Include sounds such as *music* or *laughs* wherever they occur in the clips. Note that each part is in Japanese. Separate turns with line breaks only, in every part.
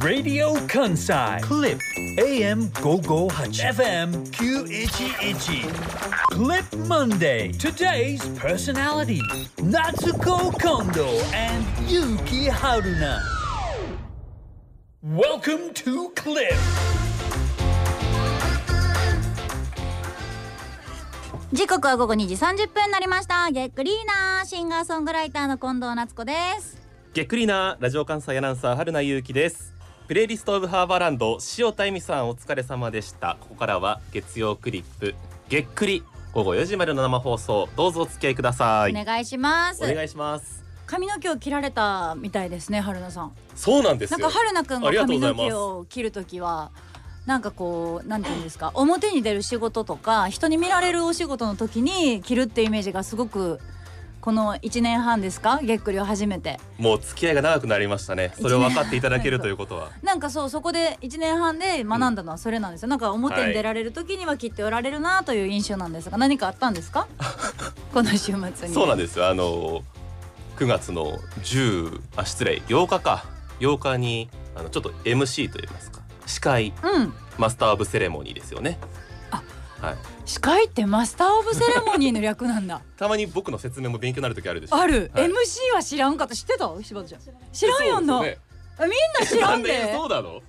Radio Kansai Clip AM 558 FM 911 Clip Monday Today's personality Natsuko Kondo and Yuki Haruna Welcome to Clip
時刻は午後2時30分になりましたゲックリーナーシンガーソングライターの近藤夏子です
げっくりなラジオ関西アナウンサー春名ゆうきですプレイリストオブハーバーランド塩田恵美さんお疲れ様でしたここからは月曜クリップげっくり午後4時までの生放送どうぞお付き合いください
お願いします
お願いします
髪の毛を切られたみたいですね春菜さん
そうなんです
なん
よ
か春菜くんが
ありがとう
髪
ござ
の
います
毛を切るときはなんかこうなんていうんですか表に出る仕事とか人に見られるお仕事の時に切るってイメージがすごくこの1年半ですかげっくりを初めて
もう付き合いが長くなりましたねそれを分かっていただけるということは
なんかそうそこで1年半で学んだのはそれなんですよ、なんか表に出られる時には切っておられるなという印象なんですが何かあったんです
*laughs*
かこの週末に
そうなんですよあの9月の10あ失礼8日か8日にあのちょっと MC といいますか司会
うん
マスターオブセレモニーですよね
あ
はい
司会ってマスターオブセレモニーの略なん
*laughs*
だ
たまに僕の説明も勉強になる時あるでしょ
ある、
はい
MC は知らんかった知ってた柴田ちゃん知らんよんな、
そうです
みんな知
よね
ら
なんん
で
で *laughs* そうだろ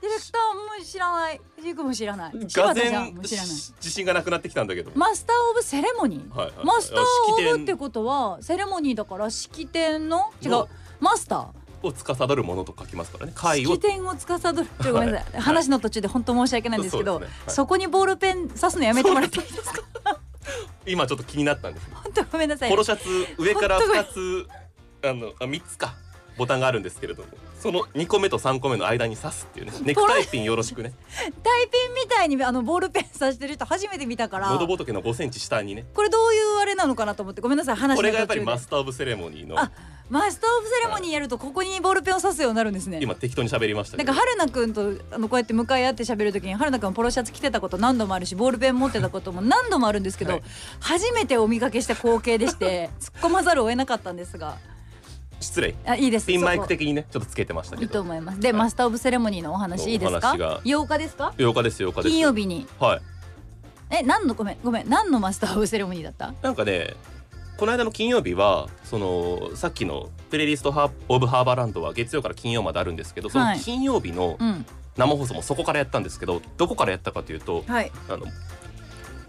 ディレクターも知らない藤井君も知らない
が
柴田
ぜ
ちゃん
ん
も知らない
自信がなくなってきたんだけども、
マスターオブセレモニー、
はいはい
マスター
式
オブ
典
ってことはセレモニーだから式典の違う
の
マスター
を司るものと書きますからね会を
式典を司るちょごめんなさい、
はい
話の途中で本当申し訳ないんですけどそ,、
そうですねはい
こにボールペン刺すのやめてもらっていいですか
今ちょっと気になったんです
本当ごめんなさい
ポロシャツ上から
本当だ
2つあのあ3つかボタンがあるんですけれどもその2個目と3個目の間に刺すっていうねネクタイピンよろしくね
タイピンみたいにあのボールペン刺してる人初めて見たから
喉仏の5センチ下にね
これどういうあれなのかなと思ってごめんなさい話の
こ
途中
れ
で
がやっぱりマスター・オブ・セレモニーの
あマスターオブセレモニーやるとここにボールペンを刺すようになるんですね
今適当に喋りました
な
け
ん
ど
か春菜くんとあのこうやって向かい合って喋るときに春菜くんポロシャツ着てたこと何度もあるしボールペン持ってたことも何度もあるんですけど、
はい
初めてお見かけした光景でして突っ込まざるを得なかったんですが
失礼
あいいです
ピンマイク
そこ
的にねちょっとつけてました
い
け
いと
ど
思います。で、
はい
マスターオブセレモニーのお話いいです
お
か
話が？
8日ですか？
8日です8日です
金曜日に。
はい
え、何のごめんごめん何のマスターオブセレモニーだった？
なんかねこの間の金曜日はそのさっきの「プレイリストハーオブハーバーランド」は月曜から金曜まであるんですけどそ
は
の
い
金曜日の
うん。
生放送もそこからやったんですけどどこからやったかというと
はい
あの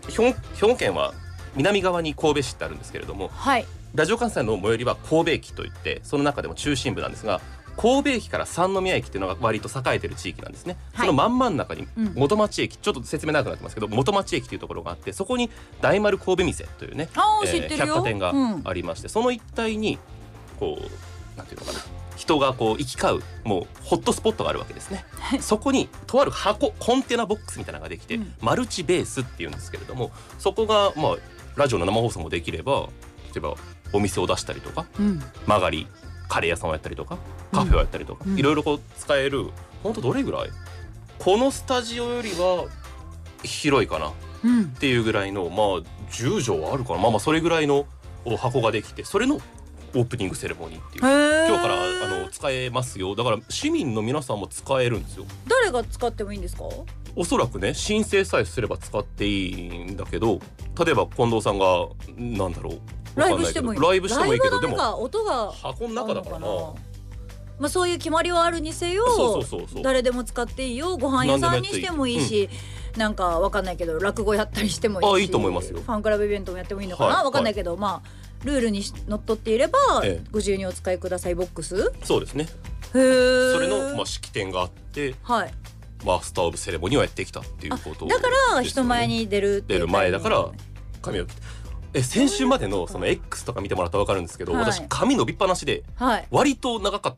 兵兵庫県は南側に神戸市ってあるんですけれども
はい。
ラジオ関西の最寄りは神戸駅といってその中でも中心部なんですが神戸駅から三宮駅っていうのが割と栄えてる地域なんですね、
はい
その真ん真ん中に
うん
元町駅、ちょっと説明長くなってますけど元町駅というところがあってそこに大丸神戸店というね
ああ、
えー
知ってるよ。
百貨店が
うん。
ありまして、その一帯にこうなんていうのかな人がこう行き交うもうホットスポットがあるわけですね
はい
そこにとある箱コンテナボックスみたいなのができて、
うん
マルチベースっていうんですけれどもそこがまあラジオの生放送もできれば例えばお店を出したりとか
うん。
曲がりカレー屋さんをやったりとかカフェをやったりとか、
うんうん
いろいろこう使える本当どれぐらいこのスタジオよりは広いかな
うん
っ。ていうぐらいのまあ10畳はあるかなまあまあそれぐらいのお箱ができてそれのオープニングセレモニーっていう
へえ。
今日からあの使えますよだから市民の皆さんも使えるんですよ
誰が使ってもいいんですか？
おそらくね申請さえすれば使っていいんだけど例えば近藤さんがなんだろう
ライ
わかん
ブ
な
し
いけ
て
ど
もいい。
ライブしてもいいけどで
ライブが
も
ダメか音が。
箱の中だからな
あるのかまあそういう決まりはあるにせよ
そうそうそうそう
誰でも使っていいよご飯屋さんにしてもいいし、なんかわかんないけど落語やったりしてもいいし
あいいと思いますよ
ファンクラブイベントもやってもいいのかな、
はい
わかんないけど、まあルールにのっとっていれば、
ええ
ご自由にお使いくださいボックスへえ
そうですねそ
そ
れのまあ式典があって
はい
マスターオブセレモニーをやってきたっていうこと
だから
ですよ
人
ね
前に出るってい
出
う
る前だから髪を切ってえ先週までのその X とか見てもらったら分かるんですけど、
はい
私髪伸びっぱなしで
はい
割と長かっ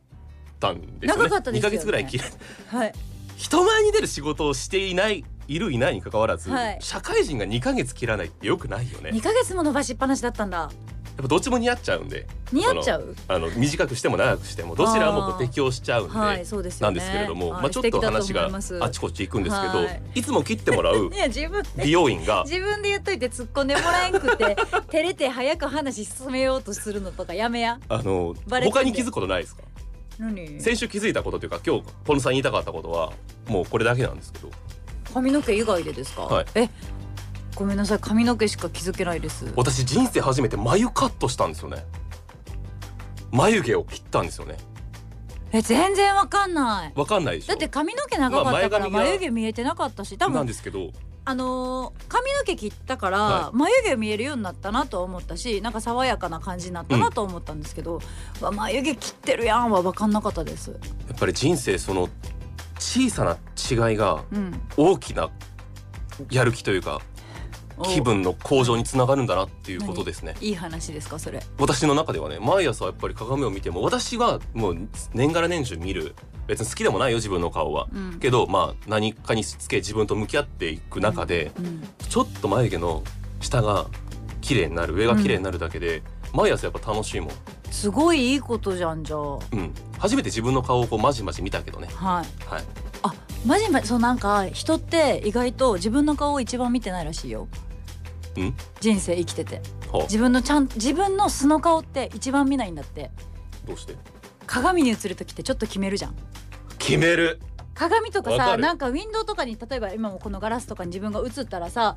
ったんですよね
長かったですよね
2ヶ月ぐらい切れ
はい
人前に出る仕事をしていないいるいないに関わらず、
はい
社会人が2ヶ月切らないってよくないよねや
2
っ
ヶ月も伸ばしっぱなしだったんだ
ぱどっちも似合っちゃうんで
似合っちゃう
あの短くしても長くしてもどちらもこ
あ
う
ー
適応しちゃうんで、
はいそうです
な
よ
ん
ね
ですけれども、
はい
まあちょっと話が
素敵だと思います
あちこち行くんですけど、、
はい
つも切ってもらう
いや自分で
美容
*laughs*
院が
自分で言っといて突っ込んでもらえん *laughs* くて照れて早く話進めようとするのとかやめや
あの
バレてんね
他に気づくことないですか
何
先週気づいたことというか今日ポンさんに言いたかったことはもうこれだけなんですけど
髪の毛以外でですか、
はい
えごめんなさい髪の毛しか気づけないです
私人生初めて眉カットしたんですよね眉毛を切ったんですよね
え全然わかんない
わかんないでしょ
だって髪の毛長かったから
まあ前髪が
眉毛見えてなかったし多
なん
分
ですけど
あのー髪の毛切ったから、
は
眉毛見えるようになったなとは思ったしなんか爽やかな感じになったなと思ったんですけど、うわ眉毛切ってるやんは分かんなかったです
やっぱり人生その小さな違いが
うん
大きなやる気というか
お
気分の向上につながるんだなっていうことですね
いい話ですかそれ
私の中ではね毎朝やっぱり鏡を見ても私はもう年がら年中見る別に好きでもないよ自分の顔は、
うん
けどまあ何かにつけ自分と向き合っていく中で、
うん
ちょっと眉毛の下が綺麗になる上が綺麗になるだけで、毎朝やっぱ楽しいもん、
すごいいいことじゃんじゃあ
うん、初めて自分の顔をこうまじまじ見たけどね
はい
はい
あマジマジそうなんか人って意外と自分の顔を一番見てないらしいよ
ん
人生生きてて
はあ
自分のちゃん自分の素の顔って一番見ないんだって
どうして
鏡に映る時ってちょっと決めるじゃん
決める
鏡とか
わか
さ
る
なんかウィンドウとかに例えば今もこのガラスとかに自分が映ったらさ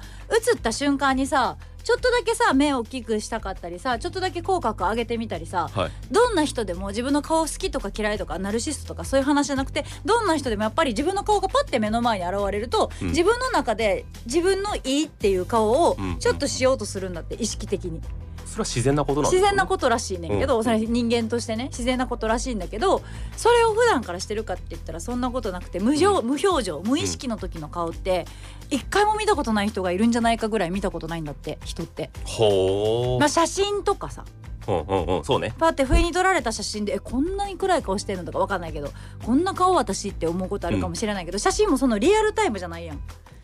映った瞬間にさちょっとだけさ目を大きくしたかったりさちょっとだけ口角上げてみたりさ
はい
どんな人でも自分の顔好きとか嫌いとかナルシストとかそういう話じゃなくてどんな人でもやっぱり自分の顔がパッて目の前に現れると、
うん
自分の中で自分のいいっていう顔を
うん
ちょっとしようとするんだって意識的に
それは自然なことなん
自
ですよね
然なことらしいねんけど、
うん
それ人間としてね自然なことらしいんだけどそれを普段からしてるかって言ったらそんなことなくて無情無表情無意識の時の顔って一回も見たことない人がいるんじゃないかぐらい見たことないんだって人って、
ほ
まあ、写真とかさ
う、うんうんうんそうね
パって不意に撮られた写真でえこんなに暗い顔してるのとかわかんないけどこんな顔私って思うことあるかもしれないけど、写真もそのリアルタイムじゃないやん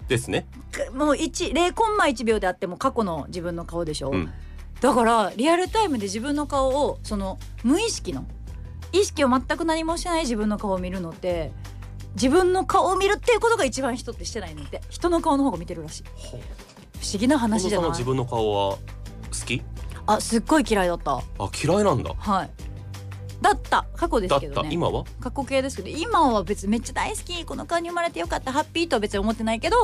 ですね
くもう1 0コンマ1秒であっても過去の自分の顔でしょ、
うん
だからリアルタイムで自分の顔をその無意識の意識を全く何もしてない自分の顔を見るのって自分の顔を見るっていうことが一番人ってしてないのって人の顔の方が見てるらしい
ほう
不思議な
近藤
話じ
さ
ゃ
ん
な
の
い
自分の顔は好き
あすっごい嫌いだった
あ嫌いなんだ
はいだった過去で
だ
すけ
っ
ど
た
ね
今は
過去形ですけど今は別にめっちゃ大好きこの顔に生まれてよかったハッピーとは別に思ってないけ
あ
ど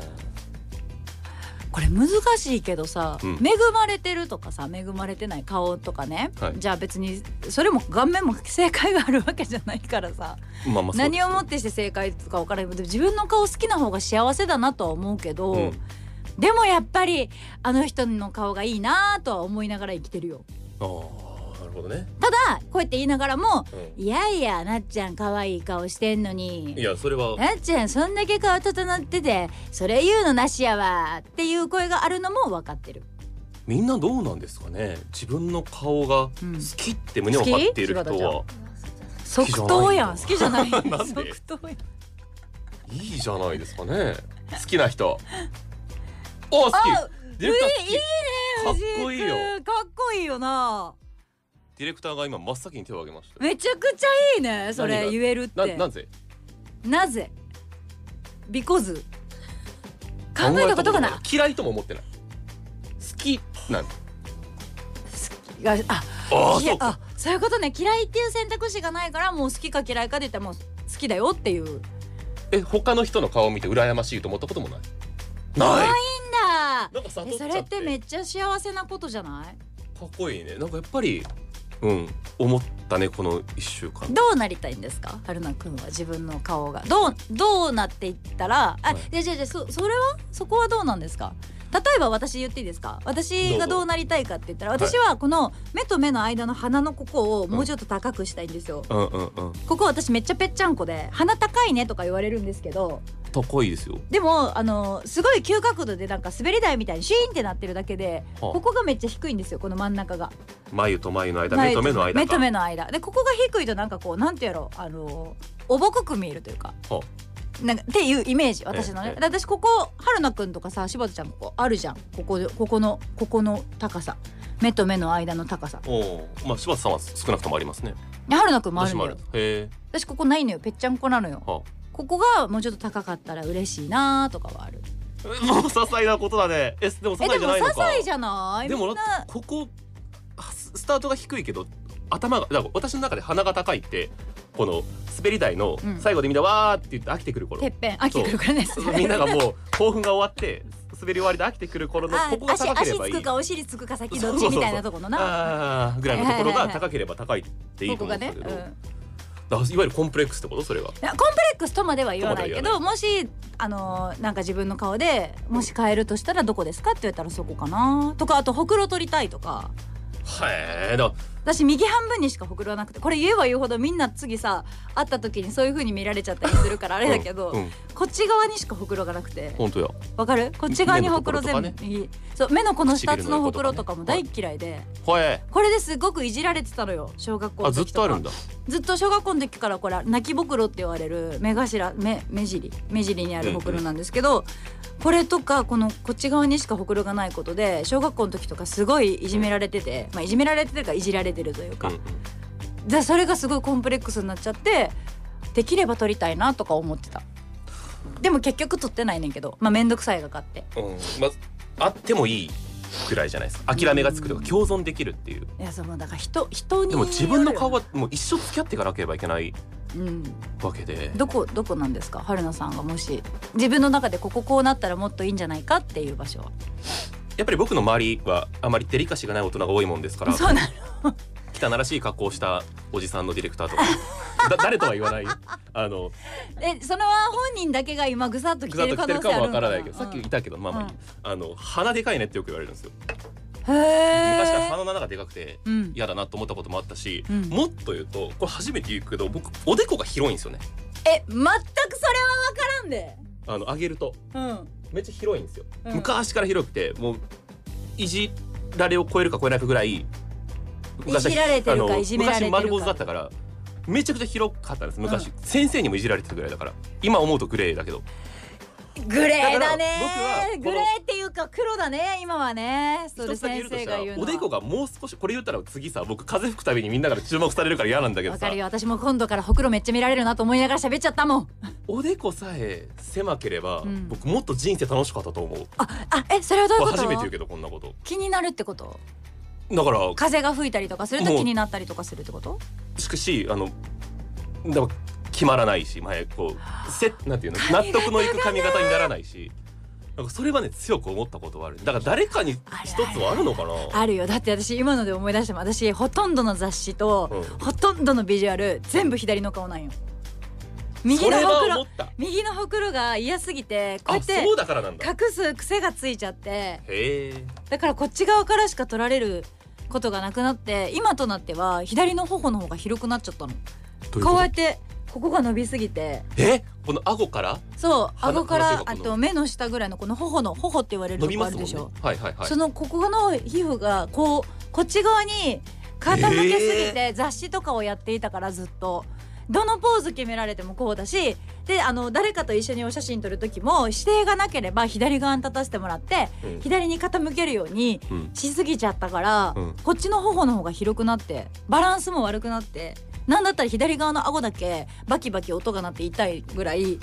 ー
これ難しいけどさ、
うん
恵まれてるとかさ恵まれてない顔とかね、
はい
じゃあ別にそれも顔面も正解があるわけじゃないからさ、
まあまあそう
何をもってして正解とか分からないけど自分の顔好きな方が幸せだなとは思うけど、
うん
でもやっぱりあの人の顔がいいなとは思いながら生きてるよ。
あーなるほどね、
ただこうやって言いながらも「
う
いやいやなっちゃん可愛い顔してんのに
ん、いやそれは
なっちゃんそんだけ顔整っててそれ言うのなしやわっていう声があるのも分かってる
みんなどうなんですかね自分の顔が好
うん
きって胸を張っている人
好き
は
即答やん好
好
きじゃない *laughs*
んで
即答やん
いいじゃないですかね好き
*laughs*
な人お好き
あ
ディレクター好
い
き
いね
かっこいい
藤
よ
井君かっこいいよな
ディレクターが今真っ先に手を挙げましたよ
めちゃくちゃいいねそれ
何が
言えるっ
な
て
な
な
ぜ
ぜビコズ考えたことがない
嫌いとも思ってない好きなん
があ
あ
い
あそ
や
うか
あそういうことね嫌いっていう選択肢がないからもう好きか嫌いかで言ったらもう好きだよっていう
え他の人の顔を見て羨ましいと思ったこともない
可愛
な
ん
いい
だ
なんか悟っ
え
ち
そ
ゃって
れってめっちゃ幸せなことじゃない
かっこいいねなんかやっぱりうん思ったねこの一週間
どうなりたいんですか春菜くんは自分の顔がどうどうなっていったらあ、
はい
じゃじゃじゃそそれはそこはどうなんですか例えば私言っていいですか私が
どうぞ
どうなりたいかって言ったら
はい
私はこの目と目の間の鼻のここをもうちょっと高くしたいんですよ、
うんうんうん
ここ私めっちゃぺっちゃんこで鼻高いねとか言われるんですけど
高いですよ。
でもあのすごい急角度でなんか滑り台みたいにシーンってなってるだけで
はあ
ここがめっちゃ低いんですよこの真ん中が
眉と眉の間、目と目の間
目
か。
と目の間でここが低いとなんかこうなんてやろうあのおぼこく見えるというか
は
なんかっていうイメージ私のね、
ええ
で私ここ春菜くんとかさ柴田ちゃんここあるじゃんここでここのここの高さ目と目の間の高さ
おおー、まあ柴田さんは少なくともありますね。
で春菜くんもある
私
ん
も
だ
あ
よ
る。へえ。 *laughs*
私ここないのよぺっちゃんこなのよ
は
ここがもうちょっと高かったら嬉しいなとかはある
えもう些細なことだね。え、でも些
えで
細じ
も
ゃ
些
ないのか。
細じゃない
で
み
も
んな
ここススタートが低いけど頭がだから私の中で鼻が高いってこの滑り台の
うん
最後でみんなわーって言って飽きてくる頃
てっ、ぺん飽きてくるからね
そう *laughs* みんながもう興奮が終わって滑り終わりで飽きてくる頃の
あ
ここが
足
高けれ
足
ばい
つ
い
くかお尻つくか先
そう
どっ
そう
ち
そう
みたいなとこのな
あーぐらいのとこ
は
ろ
いはい
が
はい
高ければ高いっていいと
ここ
思
が
うんで
ね
す、
う
け
ん、
ど、
い
だからいわゆるコンプレックスってことそれは
やコンプレックスとまでは言わないけ
とま
どもしあのーなんか自分の顔でもし変えるとしたらどこですかって言ったらそこかなとかあとほくろ取りたいとか
へえだから
私右半分にしかほくろはなくてこれ言えば言うほどみんな次さ会った時にそういう風に見られちゃったりするからあれだけど、
うんうん
こっち側にしかほくろがなくて
本当や
わかるこっち側にほくろ全部
目のと
右そう目のこの2つ
唇の
のほく
横とかね
ろとかも大っ嫌いで、
ほえ
これですごくいじられてたのよ小学校の
あずっ
時と
と
か
あるんだ
ずっと小学校の時からこれ泣きぼくろって言われる目頭目目尻目尻にあるほくろなんですけど、これとかこのこっち側にしかほくろがないことで小学校の時とかすごいいじめられてて、まあ、いじめられてるかいじられてるというか、
うんうん
でそれがすごいコンプレックスになっちゃってできれば撮りたいなとか思ってたでも結局撮ってないねんけどまあ面倒くさいが勝って
うんまああってもいいぐらいじゃないですか諦めがつくとか共存できるっていう
いやそうもうだから人人に
でも自分の顔
よ
はもう一生付き合っていかなければいけな
る
い
よねうん
わけで
どこどこなんですか春菜さんがもし自分の中でこここうなったらもっといいんじゃないかっていう場所は
やっぱり僕の周りはあまりデリカシーがない大人が多いもんですから
そうな
汚らしい格好をしたおじさんのディレクターとかだ誰とは言わないあの
えそれは本人だけが今ぐさっと来
ぐざ
て
っと
る
来
可
てる
能
か
性あ
も
る
わ
の
からない
な
けどさっきいたけどまあまあいい、
うん
あの鼻でかいねってよく言われるんですよ
へえ
昔から鼻の中でかくて
うん
嫌だなと思ったこともあったし、
うん
もっと言うとこれ初めて言うけど僕おでこが広いんですよね
え全くそれはわからんで
あの上げると
うん
めっちゃ広いんですよ、
うん
昔から広くてもういじられを超えるか超えないかぐらい昔はい
じられてるか
あの
いじめられてるか
昔丸坊主だったからめちゃくちゃ広かったんです昔、先生にもいじられてたぐらいだから今思うとグレーだけど
グレーだね
だから僕はこの
グレーっていうか黒だね今はねそれ
一つだけ
先
言うとし
生
た
が
ら
言うのは
おでこがもう少しこれ言ったら次さ僕風吹くたびにみんなから注目されるから嫌なんだけど
わ
さ
かるよ私も今度からほくろめっちゃ見られるなと思いながら喋っちゃったもん
おでこさえ狭ければ、
うん
僕もっと人生楽しかったと思う
あえそれはどういう
これ
こと
初めて言うけどこんなこと
気になるってこと
だから
風が吹いたりとかすると
もう
気になったりとかするってこと
しかしあのだから決まらないし前こうせなんていうの納得のいく髪型にならないしなんかそれはね強く思ったことはあるだから誰かに一つはあるのかな
あるよだって私今ので思い出しても私ほとんどの雑誌と、
うん
ほとんどのビジュアル全部左の顔なんよ右
そ
の
れは
ほく
思
ろ
った
右のほくろが嫌すぎてこう
あ
やって
そうだからなんだ
隠す癖がついちゃって
へえ
だからこっち側からしか取られることがなくなって今となっては左の頬の方が広くなっちゃったのこうやってここが伸びすぎて
えこの顎から
そう
鼻
顎から
鼻とい
あ
うかこの
と目の下ぐらいのこの頬の頬って言われる
伸
と
び
こ
ま
あ
す
る
もん
でし
ね
ょ
はいはいはい
そのここの皮膚がこうこっち側に傾けすぎて雑誌とかをやっていたからずっと。どのポーズ決められてもこうだしであの誰かと一緒にお写真撮る時も指定がなければ左側に立たせてもらって
うん
左に傾けるように
うん
しすぎちゃったから、
うん
こっちの頬の方が広くなってバランスも悪くなってなんだったら左側の顎だけバキバキ音が鳴って痛いぐらい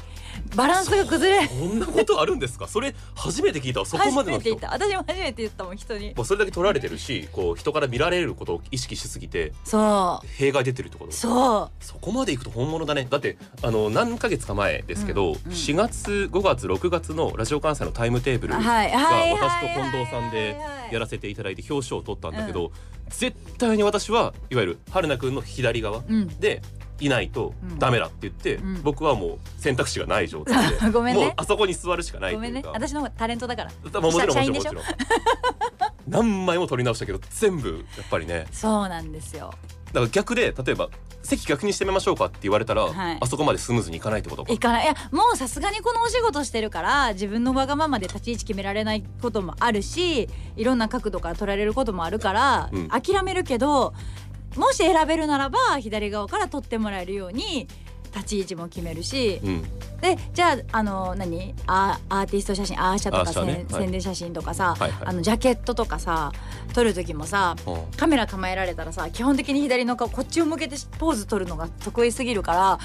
バランスが崩れ
そんなことあるんですかそれ初めて聞いたわそこま
初
で
めて
の
言
人
った私も初めて言ったもん人に
もうそれだけ取られてるしこう人から見られることを意識しすぎて
そ
弊害出てるってこと
うそう
そこまで行くと本物だねだってあの何ヶ月か前ですけ
うん
ど、
うん
4月5月6月のラジオ関西のタイムテーブルが
はいはい
私と近藤さんでやらせていただいて表彰を取ったんだけど、絶対に私はいわゆる春菜くんの左側
うん
でいないと
うん
ダメだって言って、
うん
僕はもう選択肢がない状態で、
*laughs* ごめん
もう
ね
あそこに座るしかない
ご
と
め
い
ん
う
ね
か。
私の方がタレントだから
まあもちろんも
社
ち
員
ろ
で
んも
しょ
ちろん何枚も取り直したけど全部やっぱりね
そうなんですよ
だから逆で例えば席逆にしてみましょうかって言われたら、
はい
あそこまでスムーズにいかないってことか
いかないいやもうさすがにこのお仕事してるから自分のわがままで立ち位置決められないこともあるしいろんな角度から取られることもあるから、
うん
諦めるけどもし選べるならば左側から取ってもらえるように立ち位置も決めるし、
うん
でじゃああの何アーアーティスト写真アーシャと
アー
か
シャね
せん
はい
宣伝写真とかさ、
はいはい
あのジャケットとかさ撮る時もさ
うん
カメラ構えられたらさ基本的に左の顔こっちを向けてポーズ撮るのが得意すぎるから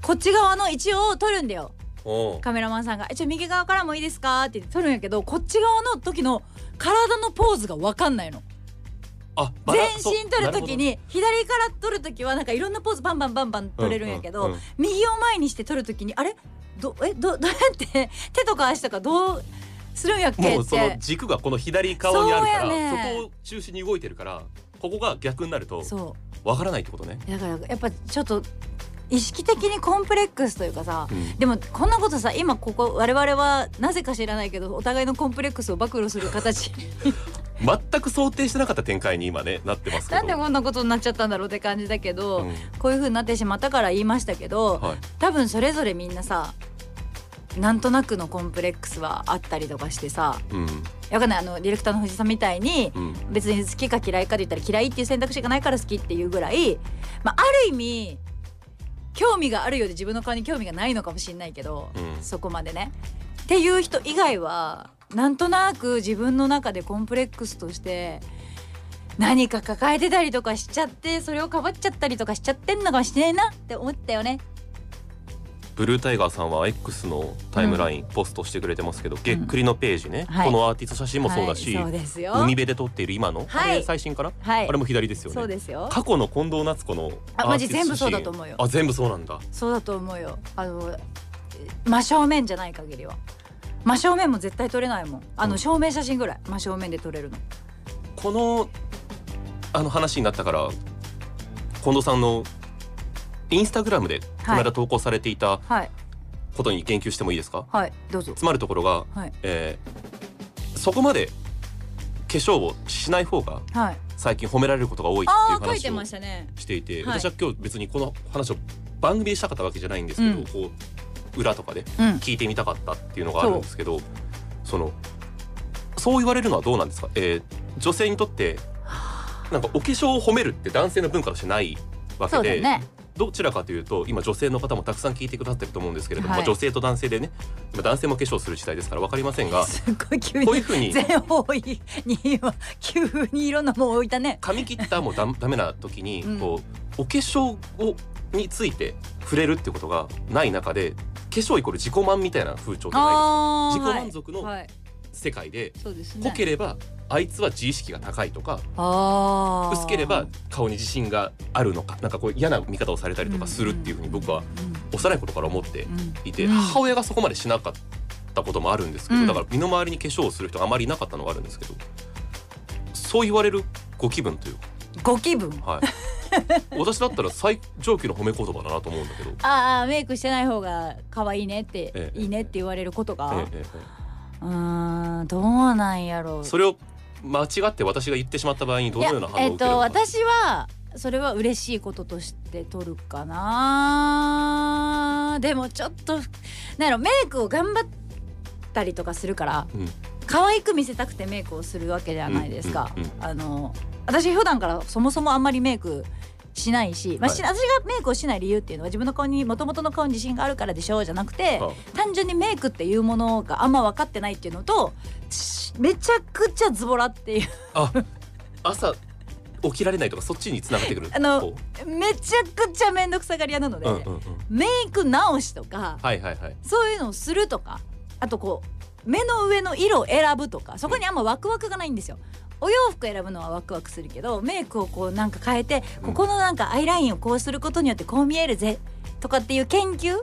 こっち側の一応撮るんだよ
おう
カメラマンさんが「えじゃあ右側からもいいですか?」って言って撮るんやけどこっち側の時の体のポーズが分かんないの
あバラ
全身撮る時に左から撮る時はなんかいろんなポーズバンバンバンバン撮れるんやけど、
うんうんうん
右を前にして撮る時にあれどえどどうやって手とか足とかどうするんやっけって
もうその軸がこの左側にあるからそ,、
そうやね
こを中心に動いてるからここが逆になると
そう
わからないってことね。
だからやっぱちょっと意識的にコンプレックスというかさ、
うん
でもこんなことさ今ここ我々はなぜか知らないけどお互いのコンプレックスを暴露する形
*laughs* 全く想定してなかった展開に今ねなってますけど。
なんでこんなことになっちゃったんだろうって感じだけど、
うん
こういう風になってしまったから言いましたけど、
はい、
多分それぞれみんなさなんとなくのコンプレックスはあったりとかしてさ
うん
わかんないあのディレクターの藤井さんみたいに
うん
別に好きか嫌いかで言ったら嫌いっていう選択肢がないから好きっていうぐらい、まあ、ある意味興味があるようで自分の顔に興味がないのかもしれないけど、
うん
そこまでね。っていう人以外はなんとなく自分の中でコンプレックスとして何か抱えてたりとかしちゃってそれをかばっちゃったりとかしちゃってんのかもしれないなって思ったよね。
ブルータイガーさんは X のタイムラインポストしてくれてますけど、げっくりのページね、
はい
このアーティスト写真もそうだし、
はい、そうですよ。
海辺で撮っている今の、
はい
あれ最新から、
はい
あれも左ですよね
そうですよ。
過去の近藤夏子の
あ
アーテ
マジ
ィスト
全部そうだ
写真
と思うよ
あ全部そうなんだ
そうだと思うよ。あの真正面じゃない限りは。真正面も絶対撮れないもん。あ
うん
の証明写真ぐらい真正面で撮れるの。
このあの話になったから近藤さんのインスタグラムでこの間投稿されていた
はい
ことに言及してもいいですか
はいどうぞ。
詰まるところが、
はい
えーそこまで化粧をしない方が
はい。
最近褒められることが多い
あ
って
あ
い
書
う
いて
話を
ましたね。
していて、
はい
私は今日別にこの話を番組でしたかったわけじゃないんですけど、
うん
こう裏とかで
うん。
聞いてみたかったっていうのがあるんですけどそのそう言われるのはどうなんですか、えー女性にとってなんかお化粧を褒めるって男性の文化としてないわ
そ
け
うだ
で、
よね。
どちらかというと今女性の方もたくさん聞いてくださってると思うんですけれども、
はい
まあ女性と男性でね今男性も化粧する時代ですから分かりません
*laughs*
が
すっごい急に
こういうふうに
全方位に今急にいろんなもん置いたね。
髪切ったもダダメな時に、
うん
こうお化粧をについて触れるってことがない中で化粧イコール自己満みたいな風潮じゃな
ああ
いですか自己満足
はい
の
はい
世界で、
そうですね。
濃ければあいつは自意識が高いとか
ああ
薄ければ顔に自信があるのかなんかこう嫌な見方をされたりとかするっていうふうに僕は幼い頃から思って
うんうん
いて、
うん
母親がそこまでしなかったこともあるんですけど、
うん
だから身の回りに化粧をする人があまりいなかったのがあるんですけどそう言われるご気分という
ご気分。
か、はい、 *laughs* 私だったら最上級の褒め言葉だなと思うんだけど。
ああメイクしてない方が可愛いねって、
ええ
いいねって言われることが
え、えええ
うーんどうなんやろう。
それを間違って私が言ってしまった場合にどのような反応を受ける
い
の
やえ
か
っ、と私はそれは嬉しいこととして取るかなでもちょっとなんやろメイクを頑張ったりとかするから
うん
可愛く見せたくてメイクをするわけじゃないですか、
うんうんうん
あの私普段からそもそもあんまりメイクしないし、まあし私がメイクをしない理由っていうのは自分の顔にもともとの顔に自信があるからでしょうじゃなくて、
は
単純にメイクっていうものがあんま分かってないっていうのとしめちゃくちゃズボラっていう
あ朝起きられないとかそっちに繋がってくる
あの
こ
*laughs* めちゃくちゃ面倒くさがり屋なので、
ううんうんうん
メイク直しとか
はいはいはい
そういうのをするとかあとこう目の上の色を選ぶとかそこにあんまワクワクがないんですよ。お洋服選ぶのはワクワクするけどメイクをこうなんか変えて
うん
ここのなんかアイラインをこうすることによってこう見えるぜとかっていう研究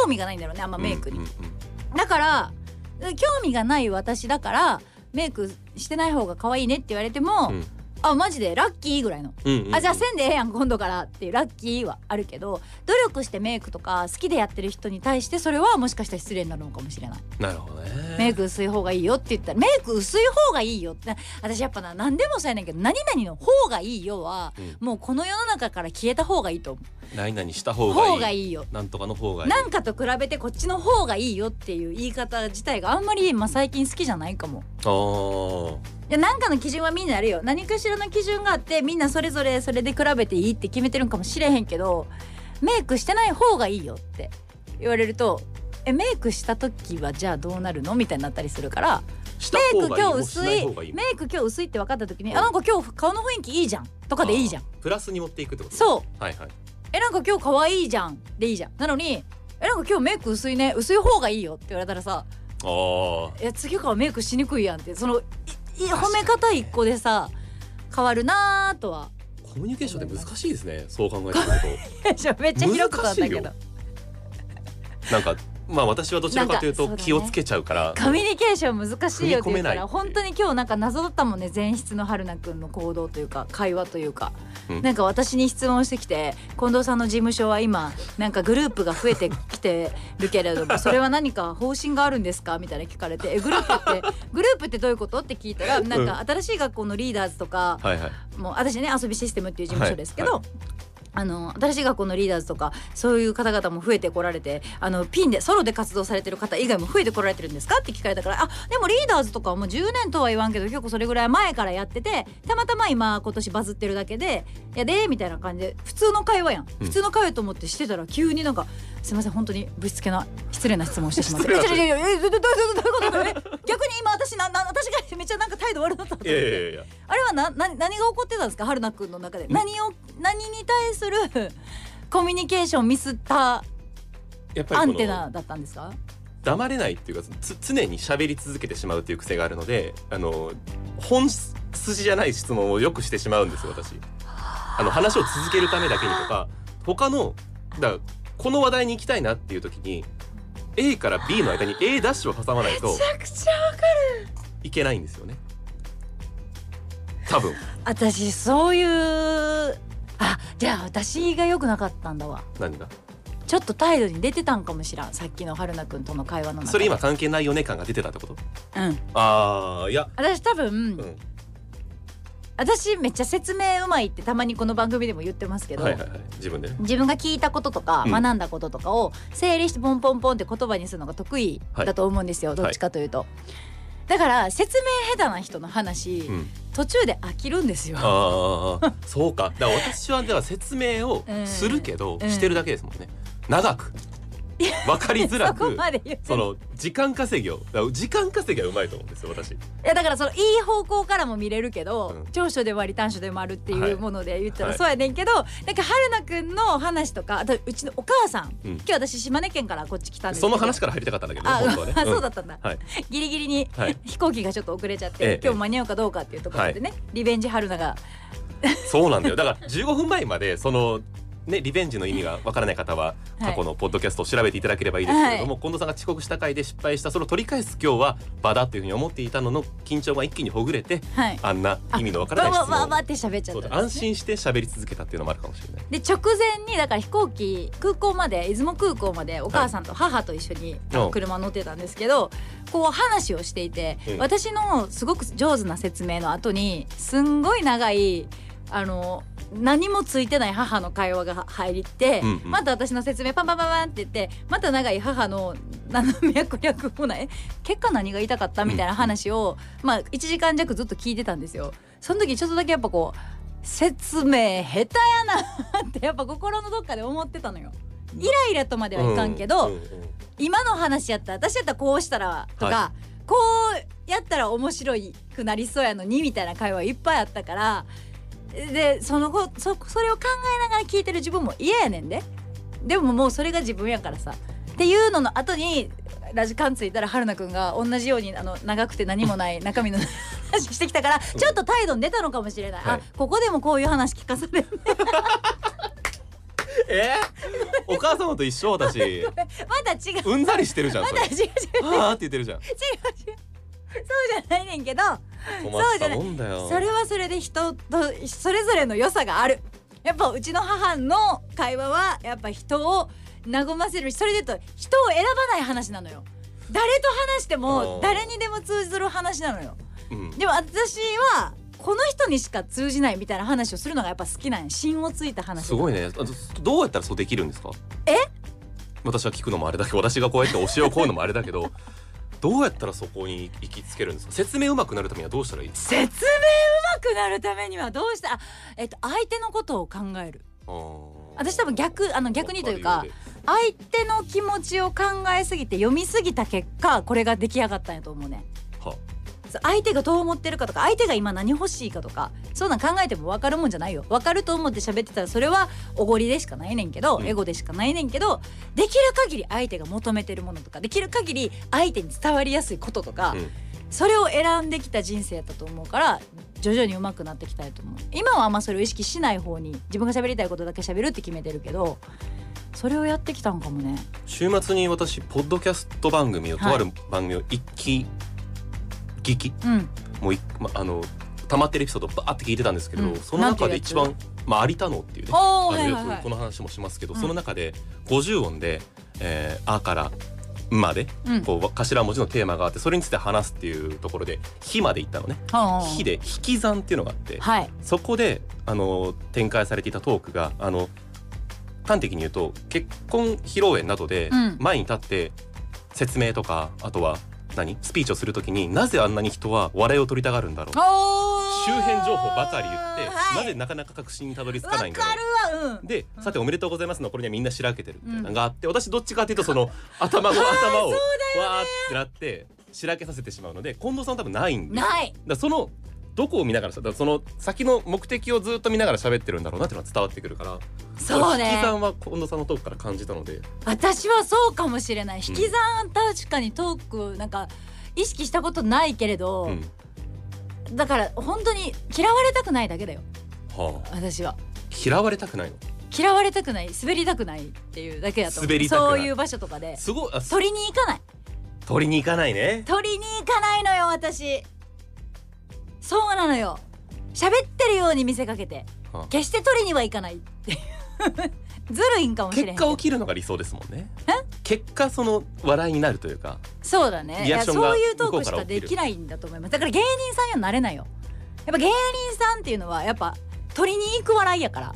興味がないんだろうねあんまメイクに。
うんうん
だから興味がない私だからメイクしてない方が可愛いねって言われても、
うんうん
ああマジでラッキーぐらいの、
うんうんうん
あじゃあせんでええやん今度からっていうラッキーはあるけど努力してメイクとか好きでやってる人に対してそれはもしかしたら失礼になるのかもしれない
なるほどね
メイク薄い方がいいよって言ったらメイク薄い方がいいよって私やっぱな何でもそうやねんけど何々の方がいいよは、
うん
もうこの世の中から消えた方がいいと思
何々した
う
方がいい
方がいいよ
なんとかの方がいい
なんかと比べてこっちの方がいいよっていう言い方自体があんまり、まあ、最近好きじゃないかも。
あー
いやなんかの基準はみんなあるよ何かしらの基準があってみんなそれぞれそれで比べていいって決めてるんかもしれへんけどメイクしてない方がいいよって言われるとえメイクした時はじゃあどうなるのみたいになったりするから
した
メイ
方
ク
がいい
今日
もし
薄
ない
い
方がいい
メイク今日薄いって分かった時に、
うん
あなんか今日顔の雰囲気いいじゃんとかでいいじゃん
あープラスに持っていくってこと
そう
うはいはい
えなんか今日可愛いじゃんでいいじゃんなのにえなんか今日メイク薄いね薄い方がいいよって言われたらさ
あ
いや次からメイクしにくいやんってそのいい褒め方一個でさ変わるなーとは
ーコミュニケーションって難しいですねそう考えてみる
い *laughs* やめっちゃ広く変わったけ
難
ど
となんかまあ私はどちらかという
な
と
んか
気をつけちゃうから
コミュニケーション難しいよって言うか
踏み込めないってい
ら
う
本当に今日なんか謎だったもんね前室の春菜くんの行動というか会話というか、
うん
なんか私に質問してきて近藤さんの事務所は今なんかグループが増えてきてるけれど
*laughs*
もそれは何か方針があるんですかみたいな聞かれてえグループってグループってどういうことって聞いたらなんか新しい学校のリーダーズとか、
はいはい
もう私ね遊びシステムっていう事務所ですけど、
はい
あの新しい学校のリーダーズとかそういう方々も増えてこられてあのピンでソロで活動されてる方以外も増えてこられてるんですかって聞かれたからあでもリーダーズとかはもう10年とは言わんけど結構それぐらい前からやっててたまたま今今年バズってるだけで「いやで」みたいな感じで普通の会話やん、普通の会話と思ってしてたら急になんか「すいません本当にぶしつけな失礼な質問をしてしまって」え「
失
ちょい
礼
やいやいやどどどどどういうことえ逆に今私なな私がめっちゃなんか態度悪かったと思っ
いやい
て。
やいやいや
あれはなな何が起こってたんですか春菜くんの中で何を何に対するコミュニケーションミスった
やっぱり
ア
この
ンテナだったんですか
黙れないっていうかつ常に喋り続けてしまうっていう癖があるのであの本筋じゃない質問をよくしてしまうんですよ私あの話を続けるためだけにとか他のだからこの話題に行きたいなっていう時に A から B の間に A ダッシュを挟まないと
ゃくちゃわかる
いけないんですよね多分
私そういうあじゃあ私が良くなかったんだわ
何が
ちょっと態度に出てたんかもしらんさっきの春菜くんとの会話の中で
それ今関係ないよね感が出てたってこと
うん
ああいや
私多分、
うん
私めっちゃ説明うまいってたまにこの番組でも言ってますけど、
はいはいはい自分でね
自分が聞いたこととか
うん
学んだこととかを整理してポンポンポンって言葉にするのが得意だと思うんですよ、どっちかというと、だから説明下手な人の話、
うん
途中で飽きるんですよ
ああ
*laughs*
そうかだから私はでは説明をするけど、
うん
してるだけですもんね長く分かりづら
そこ
く
まで言う
その時間稼ぎをだから時間稼ぎはうまいと思うんですよ私
いやだからそのいい方向からも見れるけど、
うん
長所でもあり短所でもあるって
はいいう
もので言ったら
はい
そうやねんけど、なんか春菜くんの話とかあとうちのお母さん、
うん
今日私島根県からこっち来たんですけど
その話から入りたかったんだけどね
あ、、
本当はね
そうだ
っ
ったんだ、
はい
*laughs* ギリギリに、
はい
飛行機がちょっと遅れちゃって、
ええ
今日間に合うかどうかっていうところでね、リベンジ春菜が
そうなんだよだから15分前までそのね、リベンジの意味がわからない方は
はい
過去のポッドキャストを調べていただければいいですけれども、近藤さんが遅刻した回で失敗したそれを取り返す今日は場だというふうに思っていたのの緊張が一気にほぐれて
はい
あんな意味のわからな
わ
い質
わ
問
わ
を
わって喋っちゃ
そ
っ
う
た
だ安心して喋り続けたっていうのもあるかもしれない。
で直前にだから飛行機空港まで出雲空港までお母さんと母と一緒にあ
お
の
う
車乗ってたんですけどこう話をしていて
うん
私のすごく上手な説明の後にすんごい長いあの何もついてない母の会話が入りって、
うんうん
また私の説明パンパンパンパンって言ってまた長い母の何の脈略もない結果何が言いたかったみたいな話を、まあ1時間弱ずっと聞いてたんですよ。その時ちょっとだけやっぱこう説明下手やなってやっぱ心のどっかで思ってたのよ。イライラとまではいかんけど、
うんうんうん
今の話やったら私やったらこうしたらとか、
は
こうやったら面白くなりそうやのにみたいな会話いっぱいあったからでその後そそれを考えながら聞いてる自分も嫌やねんででももうそれが自分やからさっていうのの後にラジカンついたら春菜くんが同じようにあの長くて何も
*laughs*
ない中身の話してきたからちょっと態度に出たのかもしれない、
はい
あここでもこういう話聞かされるね *laughs*
えー、お母様と一緒私
まだ違う
うんざりしてるじゃん
ま
それ
だ違う違う違う
あーって言ってるじゃん
違うそうじゃないねんけど
困っ
そうじ
た
ゃない
もんだよ
それはそれで人とそれぞれの良さがあるやっぱうちの母の会話はやっぱ人を和ませるしそれで言うと人を選ばない話なのよ誰と話して
あ
も
ー
誰にでも通ずる話なのよ
うん
でも私はこの人にしか通じないみたいな話をするのがやっぱ好きなんや芯をついた話
すごいねあどどうやったらそうできるんですか
え
私は聞くのもあれだけど私がこうやって教えをこうのもあれだけどどうやったらそこに行きつけるんですか説明うまくなるためにはどうしたらいいですか
説明うまくなるためにはどうしたあえっと相手のことを考える
あー
私多分逆あの逆にというか
わるようで
相手の気持ちを考えすぎて読みすぎた結果これが出来上がったんやと思うね
は
そう相手がどう思ってるかとか相手が今何欲しいかとかそんなん考えても分かるもんじゃないよ分かると思って喋ってたらそれはおごりでしかないねんけど、
うん
エゴでしかないねんけどできる限り相手が求めてるものとかできる限り相手に伝わりやすいこととか、
うん
それを選んできた人生だと思うから徐々に上手くなってきたいと思う今はあんまそれを意識しない方に自分が喋りたいことだけ喋るって決めてるけどそれをやってきたんかもね。
週末に私ポッドキャスト番組をと
はい
ある番組を一気聞き
うん
もうい、ま、あの溜まってるエピソードをバーって聞いてたんですけど、
うん
その
な
中で
んて
一
いうやつ
番まあ有田能っていうね
おー
あの
はいはいはい
この話もしますけど、
うん
その中で50音で「えー、あ」から「んまで
うん
こう頭文字のテーマがあってそれについて話すっていうところで「ひ」まで行ったのね「ひ」で「引き算」っていうのがあって
はい
そこであの展開されていたトークがあの端的に言うと結婚披露宴などで
うん
前に立って説明とかあとは何スピーチをするときになぜあんなに人は笑いを取りたがるんだろう周辺情報ばかり言って、
はい
なぜなかなか確信にたどり着
わ
かないんだろう
かるわうん
で、さておめでとうございますのこれにはみんなしらけてるみたいな
う
の
ん
があって、私どっちかっていうとその頭の頭をわーってなってしらけさせてしまうので近藤さんは多分ないんでだか
ない
らそのどこを見ながらだからその先の目的をずっと見ながら喋ってるんだろうなっていうのは伝わってくるから
そう
引
ね
き算は近藤さんのトークから感じたので
私はそうかもしれない引き算確かにトークなんか意識したことないけれど、
うん
だから本当に嫌われたくないだけだよ
はあ
私は
嫌われたくないの
嫌われたくない滑りたくないっていうだけだと思う
滑りたくない
そういう場所とかです
ごいあす
取りに行かない
取りに行かないね
取りに行かないのよ私そうなのよ喋ってるように見せかけて
はあ
決して取りには行かないっていう *laughs* ずるいんかもしれへん
結
け
果
ど
を切るのが理想ですもんね結果その笑いになるというか
そうだねい
リア
や
クション
そ
が
ういうトー
向こ
ク
う
し
から
か
起きる
できないんだと思いますだから芸人さんにはなれないよやっぱ芸人さんっていうのはやっぱ取りに行く笑いやから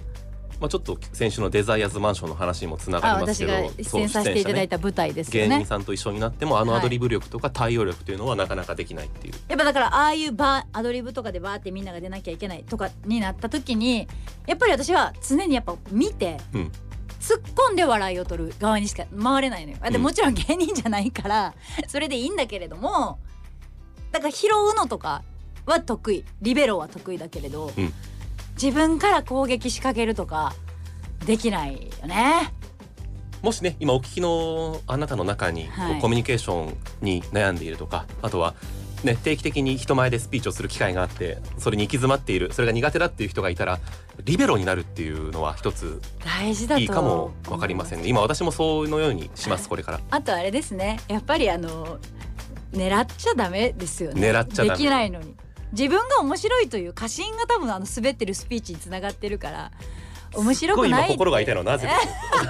まあ、ちょっと先週のデザイアーズマンションの話にもつな
あ
がります
私
けど
が出演させていただい
た、
た舞台です
芸
よ
人
ね
さんと一緒になってもあの
は
ア
い
ドリブ力とか対応力というのはなかなかできないっていう、
やっぱだからああいうバーアドリブとかでバーってみんなが出なきゃいけないとかになった時にやっぱり私は常にやっぱ見て
うん
突っ込んで笑いを取る側にしか回れないのよ。で
うん
もちろん芸人じゃないから *laughs* それでいいんだけれどもだから拾うのとかは得意リベロは得意だけれど、
うん
自分から攻撃仕掛けるとかできないよね。
もしね今お聞きのあなたの中に、こう
はい
コミュニケーションに悩んでいるとかあとは、ね、定期的に人前でスピーチをする機会があってそれに行き詰まっているそれが苦手だっていう人がいたらリベロになるっていうのは一つ
大事だと
いいかも分かりませんね今私もそうのようにしますこれから。
あとあれですねやっぱりあの狙っちゃダメですよね
狙っちゃダメ
できないのに自分が面白いという過信が多分あの滑ってるスピーチにつながってるから面白く
すっ
ない
ご
っ
い
て
今心が痛いのはなぜか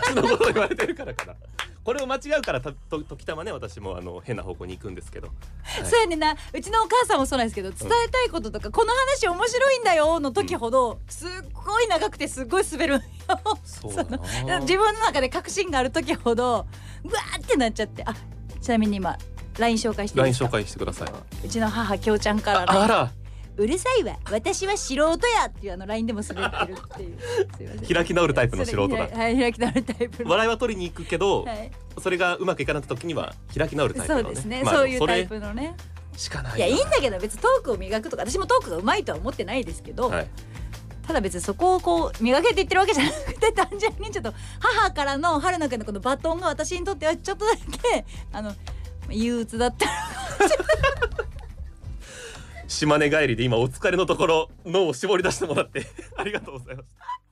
私のことを言われてるからかなこれを間違うからたと時たまね私もあの変な方向に行くんですけどはい
そうやねんなうちのお母さんもそうなんですけど伝えたいこととか、この話面白いんだよの時ほど、すっごい長くてすっごい滑るん
*laughs*
よ
そうだな
自分の中で確信がある時ほどうわーってなっちゃってあちなみに今 LINE 紹介していい
LINE
ですか
紹介してください
介うちの母きょうちゃんからの
あら
うるさいわ私は素人やっていうあのラインでも滑ってるって
*laughs*
いうすいません
開き直るタイプの素人だ
それはい開き直るタイプの
笑いは取りに行くけど、
はい
それがうまくいかなかった時には開き直るタイプ
そ
の
う
ね
ですね、
まあ
そういう
そ
タ
れ
イプのね
しかない
いやいいんだけど別にトークを磨くとか私もトークが上手いとは思ってないですけど、
はい、
ただ別にそこをこう磨けって言ってるわけじゃなくて単純にちょっと母からの春菜くんのこのバトンが私にとってはちょっとだけあの憂鬱だった
*laughs* 島根帰りで今お疲れのところ脳を絞り出してもらってありがとうございました